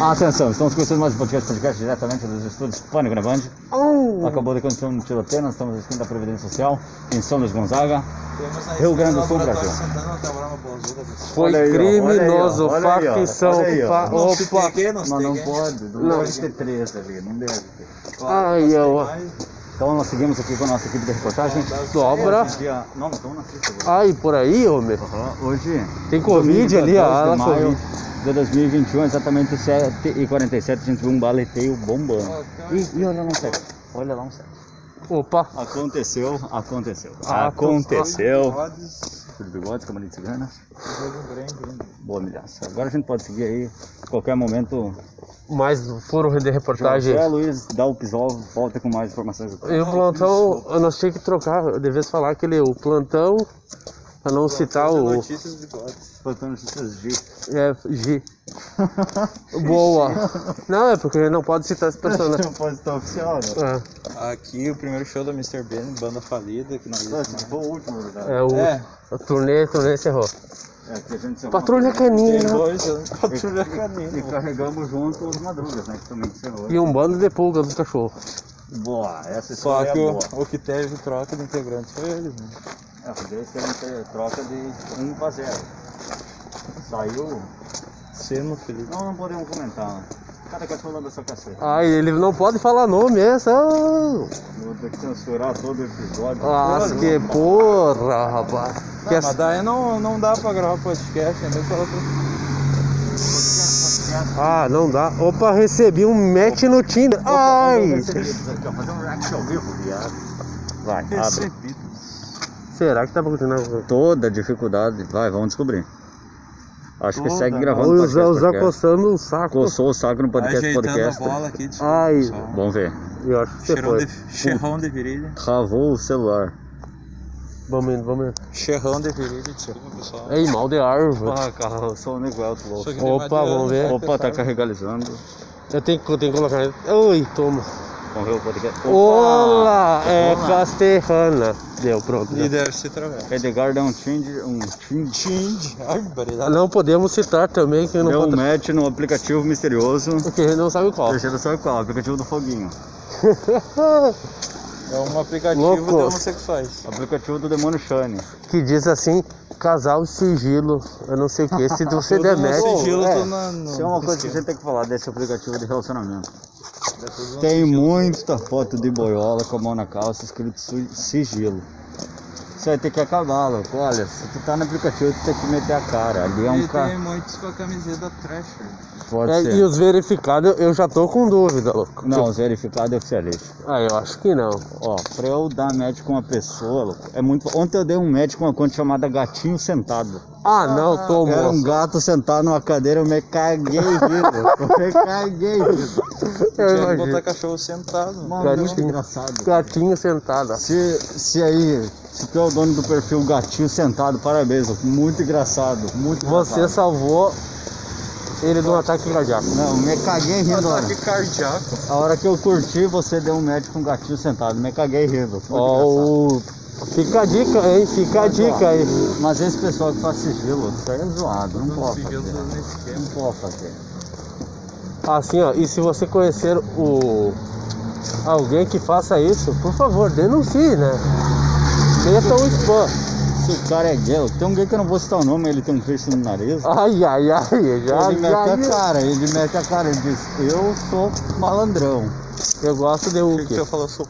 Ah, Atenção, estamos começando mais um podcast, podcast diretamente dos estúdios Pânico na Band. Acabou de acontecer um tiroteio, nós estamos assistindo da Previdência Social em São Luís Gonzaga. Rio Grande do Sul, tá Brasil. Foi Olha aí, ó, criminoso, olha aí, ó, olha aí, ó, facção. olha aí, ó. fa- Não se Opa! peguei, não se Mas não peguei. pode, não, Não. deve ter três ali, não deve ter. Ai, eu. Então nós seguimos aqui com a nossa equipe de reportagem. Dobra. Hoje é dia- Não, nós estamos na sexta agora. Ai, por aí, homem. Hoje, Tem Covid ali, ah, ó. de Ela maio sorriu. de 2021, exatamente 7h47, a gente viu um baleteio bombando. E, e olha lá um sexo, olha lá um sexo. Opa! Aconteceu, aconteceu. Ah, aconteceu. Rodes, Tudo bigode, cama de cigana. jogo grande, grande. Boa milhaça. Agora a gente pode seguir aí. Qualquer momento. Mais furo de reportagem. José Luiz dá o pisol, volta com mais informações. E o plantão, nós tínhamos que trocar, eu devia falar aquele o plantão, pra não citar tá o é Notícias de Rodes. Espantando notícias de. é, G. Boa! Não, é porque a gente não pode citar esse personagem. Não pode estar oficial, né? É, Aqui o primeiro show da Mr. Ben, banda falida, que não Mas existe. Então, assim, Foi o último lugar. é o, É. o turnê, turnê encerrou. É, que a gente se Patrulha arrumou, né? Tem canina dois, eu não patrulha E canina. carregamos junto os madrugas, né? Que também encerrou. e um bando de pulga do cachorro. Boa, essa Só história que é o, boa. o que teve troca de integrantes foi eles, né? É, os dois querem ter troca de 1 para 0. Saiu. Seno, Felipe. Não, não podemos comentar. né? Cada cachorro dessa caceta. Ai, ele não pode falar nome, é só. Vou ter que censurar todo o episódio. Nossa, Ah, que porra, rapaz. Que Mas essa... daí não, não dá pra gravar podcast, entendeu? Só pra- Ah, não dá. Opa, recebi um match no Tinder. Ai! Fazer um react ao vivo, viado. Vai, abre. Recebidos. Será que tá pra continuar? Toda a dificuldade. Vai, vamos descobrir. Acho que Toda. segue Olha Tá gravando o Zé, podcast, o Zé podcast. coçando o saco. Coçou o saco no podcast Ajeitando podcast. a bola aqui. De Ai. Vamos ver. Eu acho que você Cheirão foi. de, cheirão de virilha. Travou o celular. Vamos indo, vamos indo. Cheirão de virilha, desculpa, pessoal. Ei, mal de árvore. Ah, cara, eu sou um o Neguelto, Só que tem Opa, mais de vamos ano, ver. né, Opa, tá pessoal? carregalizando. Eu tenho que, tenho que colocar. Ui, toma. Vamos ver o podcast. Opa! Olá, é Olá. Casterrana. Deu, pronto. E deve ser através. Edgar deu um Tinder. Um Tinder. Change. Ai, barbaridade. Não podemos citar também que não Deu um pode. match no aplicativo misterioso. Porque a gente não sabe qual. Terceiro sabe qual? Aplicativo do Foguinho. Ah, É um aplicativo Louco. de homossexuais. Aplicativo do Demônio Shane. que diz assim, casal sigilo, eu não sei o que, se você der no match, sigilo, é, tudo na- no- Isso é uma coisa que a gente tem que falar desse aplicativo de relacionamento. Tem muita foto um de boiola com a mão na calça escrito su- sigilo. Isso aí tem que acabar, louco. Olha, se tu tá no aplicativo, tu tem que meter a cara. Ali é um cara. muitos com a camiseta Thrasher. Pode é, ser. e os verificados, eu já tô com dúvida, louco. Não, os verificados é oficialista. Ah, eu acho que não. Ó, pra eu dar match com uma pessoa, louco, é muito. Ontem eu dei um match com uma conta chamada Gatinho Sentado. Ah, não, tô Era um moço. gato sentado numa cadeira, eu me caguei, viu? louco? Eu me caguei, viu? Eu Tinha que botar imagino. cachorro sentado. Mano, Gatinho. engraçado. Gatinho sentada. Se, se aí, se tu é o dono do perfil Gatinho Sentado, parabéns, louco. muito engraçado, muito Você engraçado. salvou ele de um ataque cardíaco. Não, me caguei rindo, Tá mano. de cardíaco. A hora que eu curti, você deu um médico com Gatinho Sentado, me caguei rindo. Muito engraçado. Ó, o... Fica a dica, hein? Fica a dica aí. Mas esse pessoal que faz sigilo, isso aí é zoado, não pode Sigilo fazer. tudo nesse esquema. Não pode fazer. Assim, ó, e se você conhecer o alguém que faça isso, por favor, denuncie, né? Meta o spam. Se o cara é gay, tem um gay que eu não vou citar o nome, ele tem um piercing no nariz. Ai, ai, ai, Ah, já, ele mete ai, a cara, ele mete a cara, ele diz, eu sou malandrão. Eu gosto de um O que Hulk. você falou? Sou...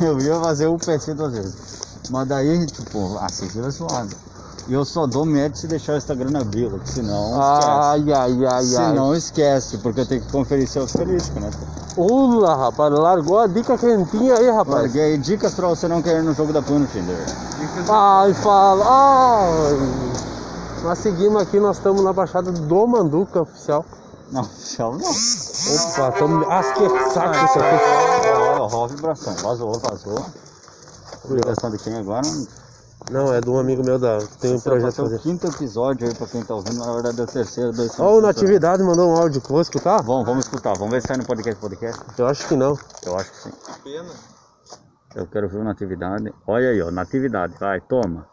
Eu ia fazer o PC duas vezes. Mas daí, tipo, ah, esse giro é zoado. E eu só dou match se deixar o Instagram abrir, porque senão esquece. Ai, ai, Ah, ai, Se ai. não esquece, porque eu tenho que conferir seu frigorífico, né? Ula, rapaz, largou a dica quentinha aí, rapaz. Larguei aí dicas pra você não cair no jogo da Puna no Tinder. Ai, fala. Ai. Nós seguimos aqui, nós estamos na Baixada do Manduca, oficial. Não, oficial não. Opa, estamos. Ah, que saco isso aqui. Ó, ó, ó, vibração. Vazou, vazou. Vibração de quem agora? Não, é de um amigo meu da. Tem um Esse projeto é pra o fazer. quinto episódio aí pra quem tá ouvindo, na verdade é o terceiro, dois são Ó, o os terceiros. Natividade mandou um áudio, vou escutar? Bom, vamos escutar, vamos ver se sai no podcast podcast. Eu acho que não. Eu acho que sim. Pena. Eu quero ver o Natividade. Olha aí, ó, Natividade, vai, toma.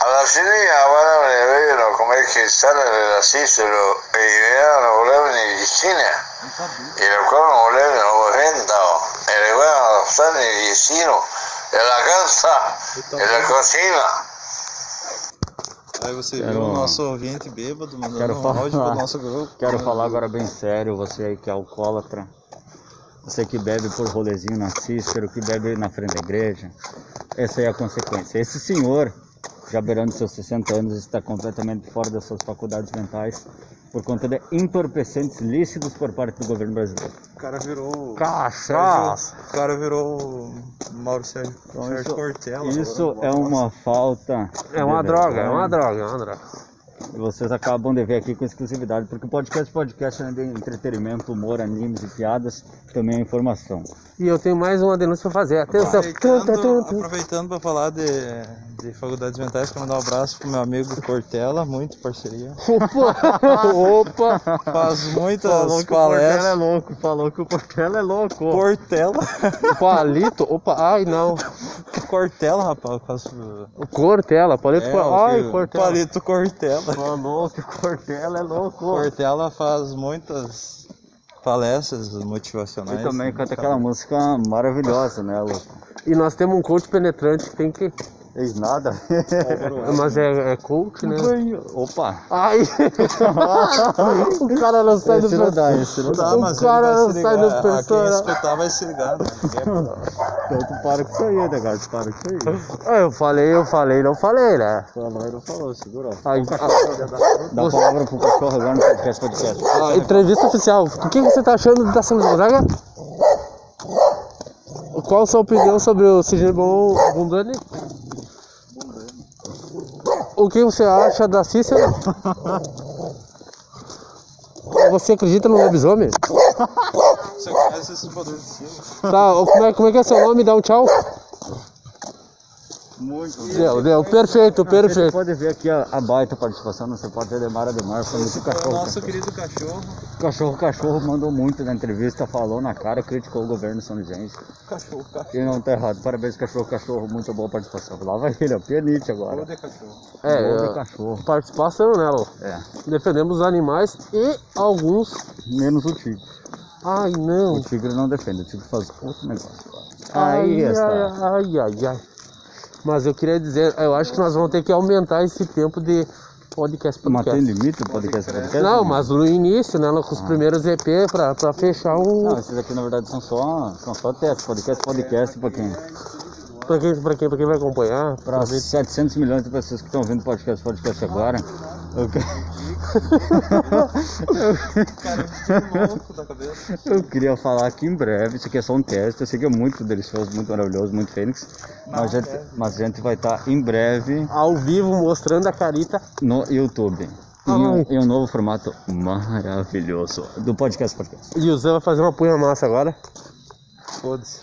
A Brasília e a Habana me vieron, como es che è stato assistito Irene volevano in Cina e la quale volevano 90 e le volevano stare nel vicino della casa della cucina Aí você Quero- viu o nosso ouvinte bêbado mandando Quero um falar. áudio pro nosso grupo. Quero falar agora bem sério, você aí que é alcoólatra, você que bebe por rolezinho na Cícero, que bebe na frente da igreja, essa aí é a consequência. Esse senhor, já beirando seus 60 anos, está completamente fora das suas faculdades mentais por conta de entorpecentes lícitos por parte do governo brasileiro. O cara virou. Ah, Cachaça! O cara virou o Mauro Sérgio, Sérgio isso- Cortella. Isso falando é uma uma falta. É uma de droga, é vergonha. uma droga, é uma droga. E vocês acabam de ver aqui com exclusividade, porque o podcast, podcast é de entretenimento, humor, animes e piadas, também é informação. E eu tenho mais uma denúncia pra fazer. Atenção. Tum, tum, tum, Aproveitando, tum. aproveitando para falar de, de faculdades mentais, quero mandar um abraço pro meu amigo Cortella, muito parceria. Opa! Opa! Faz muitas Palestra. palestras. é louco, falou que o Portela é louco. Cortella, Palito? Opa, ai não. Cortella, rapaz, eu faço. O Cortela, palito, É, cor... o ai, que- Cortela. Palito Cortella. Falou que o Cortela é louco. Cortella faz muitas palestras E motivacionais. também né, canta cara? aquela música maravilhosa, né, louco? E nós temos um coach penetrante que tem que. Eis nada. Mas é, é coach, né? Opa! Ai! o cara não É, sai Esse do não dá, perso- esse não dá. Tá, O mas cara ele vai não se sai ligar. do Ah, Quem personagem. escutar vai se ligar, né? Ninguém é pra- Então tu para com isso aí, né, cara? Tu para com isso aí. Ah, Eu falei, eu falei, não falei, né? Falou e não falou, segurou. Ai, ah, Dá a palavra pro cachorro agora no podcast podcast. a- a entrevista oficial. O que você tá achando da Samuel Braga? Qual a sua opinião sobre o Sidney Bon Bundani? O que você acha da Cícero? Você acredita no lobisomem? Você conhece esse poder de cima? Tá, ô, como é, como é que é seu nome? Dá um tchau. Muito Deu, deu. Perfeito, Você perfeito. pode ver aqui a, a baita participação, não se pode ter demora demais, foi muito O cachorro. né? nosso querido cachorro. Cachorro, cachorro mandou muito na entrevista, falou na cara, criticou o governo São Vicente. Cachorro, cachorro. E não tá errado. Parabéns, cachorro, cachorro, muito boa participação. Lá vai ele, ó, pianite agora. de cachorro. É, Gol de eu- cachorro. participação nela. É. Defendemos os animais e alguns. Menos o tigre. Ai, não. O tigre não defende, o tigre faz outro negócio. Ai, Aí está. ai, ai, ai, ai. Mas eu queria dizer, eu acho que nós vamos ter que aumentar esse tempo de podcast Mas tem podcast. limite o podcast podcast? Não, mas no início, né, com os primeiros EP pra, pra fechar Ah. Não, o. esses aqui na verdade são só, são só testes. Podcast, podcast, pra quem? é. Pra quem, pra, quem, pra quem vai acompanhar. Pra 700 milhões de pessoas que estão ouvindo podcast, podcast agora. Eu, que- Cara, eu fiquei louco da cabeça. eu queria falar aqui em breve. Isso aqui é só um teste. Eu sei que é muito delicioso, muito maravilhoso, muito fênix. é Mas a gente, mas a gente vai estar em breve Ao vivo, mostrando a carita. no YouTube. Em um, em um novo formato maravilhoso do podcast podcast. E o Zé vai fazer uma punha massa agora. Foda-se.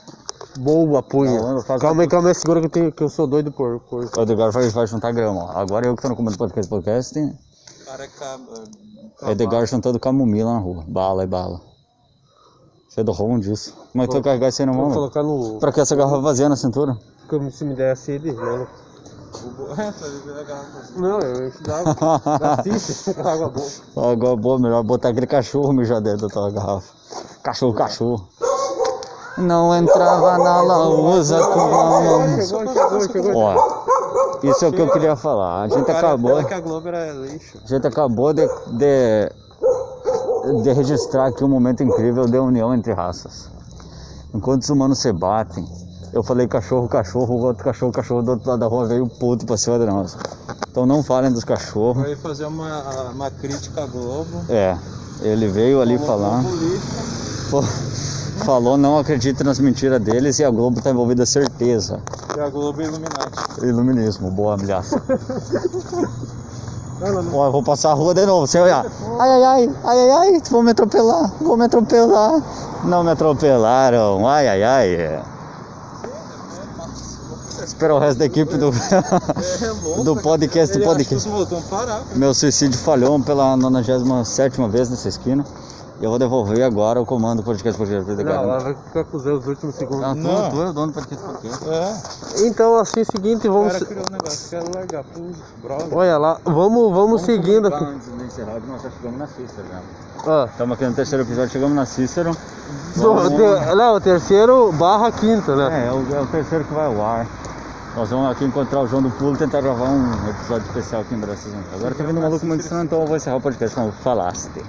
Boa punha. Calma, Então, eu faço- calma aí, calma aí, segura que eu, tenho, que eu sou doido por. por... O Edgar vai, vai juntar grama. ó. Agora eu que tô no comando do podcast podcast. O cara é ca- É Edgar chantando camomila na rua. Bala é bala. Você é do Romão disso. Como é que tu vai carregar isso aí na Vou mão? velho? colocar no. Pra que essa garrafa vazia na cintura? Como se me der sede, né? O bo- É, tá ligado, a garrafa assim. Não, eu encho da água. da cícera, com água boa. Agora, boa, melhor botar aquele cachorro mijar dentro da tua garrafa. Cachorro, cachorro. Não entrava na laúza com a mão. Chegou, chegou, chegou. Ó, isso é o que eu queria falar. A O gente cara acabou, fala que a Globo era lixo. a gente acabou de, de, de registrar aqui um momento incrível de união entre raças. Enquanto os humanos se batem, eu falei cachorro, cachorro, o outro cachorro, cachorro do outro lado da rua veio puto pra cima de nós. Então não falem dos cachorros. Vai fazer uma, uma crítica à Globo. É, ele veio ali Colocou falar. política. Pô, Falou, não acredita nas mentiras deles e a Globo tá envolvida, certeza. E a Globo é Illuminati. Iluminismo, boa ameaça. Ó, eu vou passar a rua de novo, sem olhar. Ai, ai, ai, ai, ai, ai, vou me atropelar, vou me atropelar. Não me atropelaram, ai, ai, ai. Espera o resto da equipe do, É louco. do podcast, do Ele acha que podcast. os motos vão parar. Meu suicídio falhou pela 97 vez nessa esquina. Eu vou devolver agora o comando do podcast Porqueiro pra Não, ela Edgar. vai ficar com os últimos segundos. Não, tu, Não. tu é o dono do podcast Porqueiro. É, Então, assim, seguinte, o vamos. cara criou um negócio, quero largar pro brother. Olha lá, vamos, vamos seguindo. aqui. Antes de encerrar, nós já chegamos tá na Cícero já. Ah, Estamos aqui no terceiro episódio, chegamos na Cícero. do- de- não, o terceiro barra quinta, né? É, é o, é o terceiro que vai ao ar. Nós vamos aqui encontrar o João do Pulo e tentar gravar um episódio especial aqui em Brasília. Agora tá vindo um maluco muito santo, então eu vou encerrar o podcast como falaste.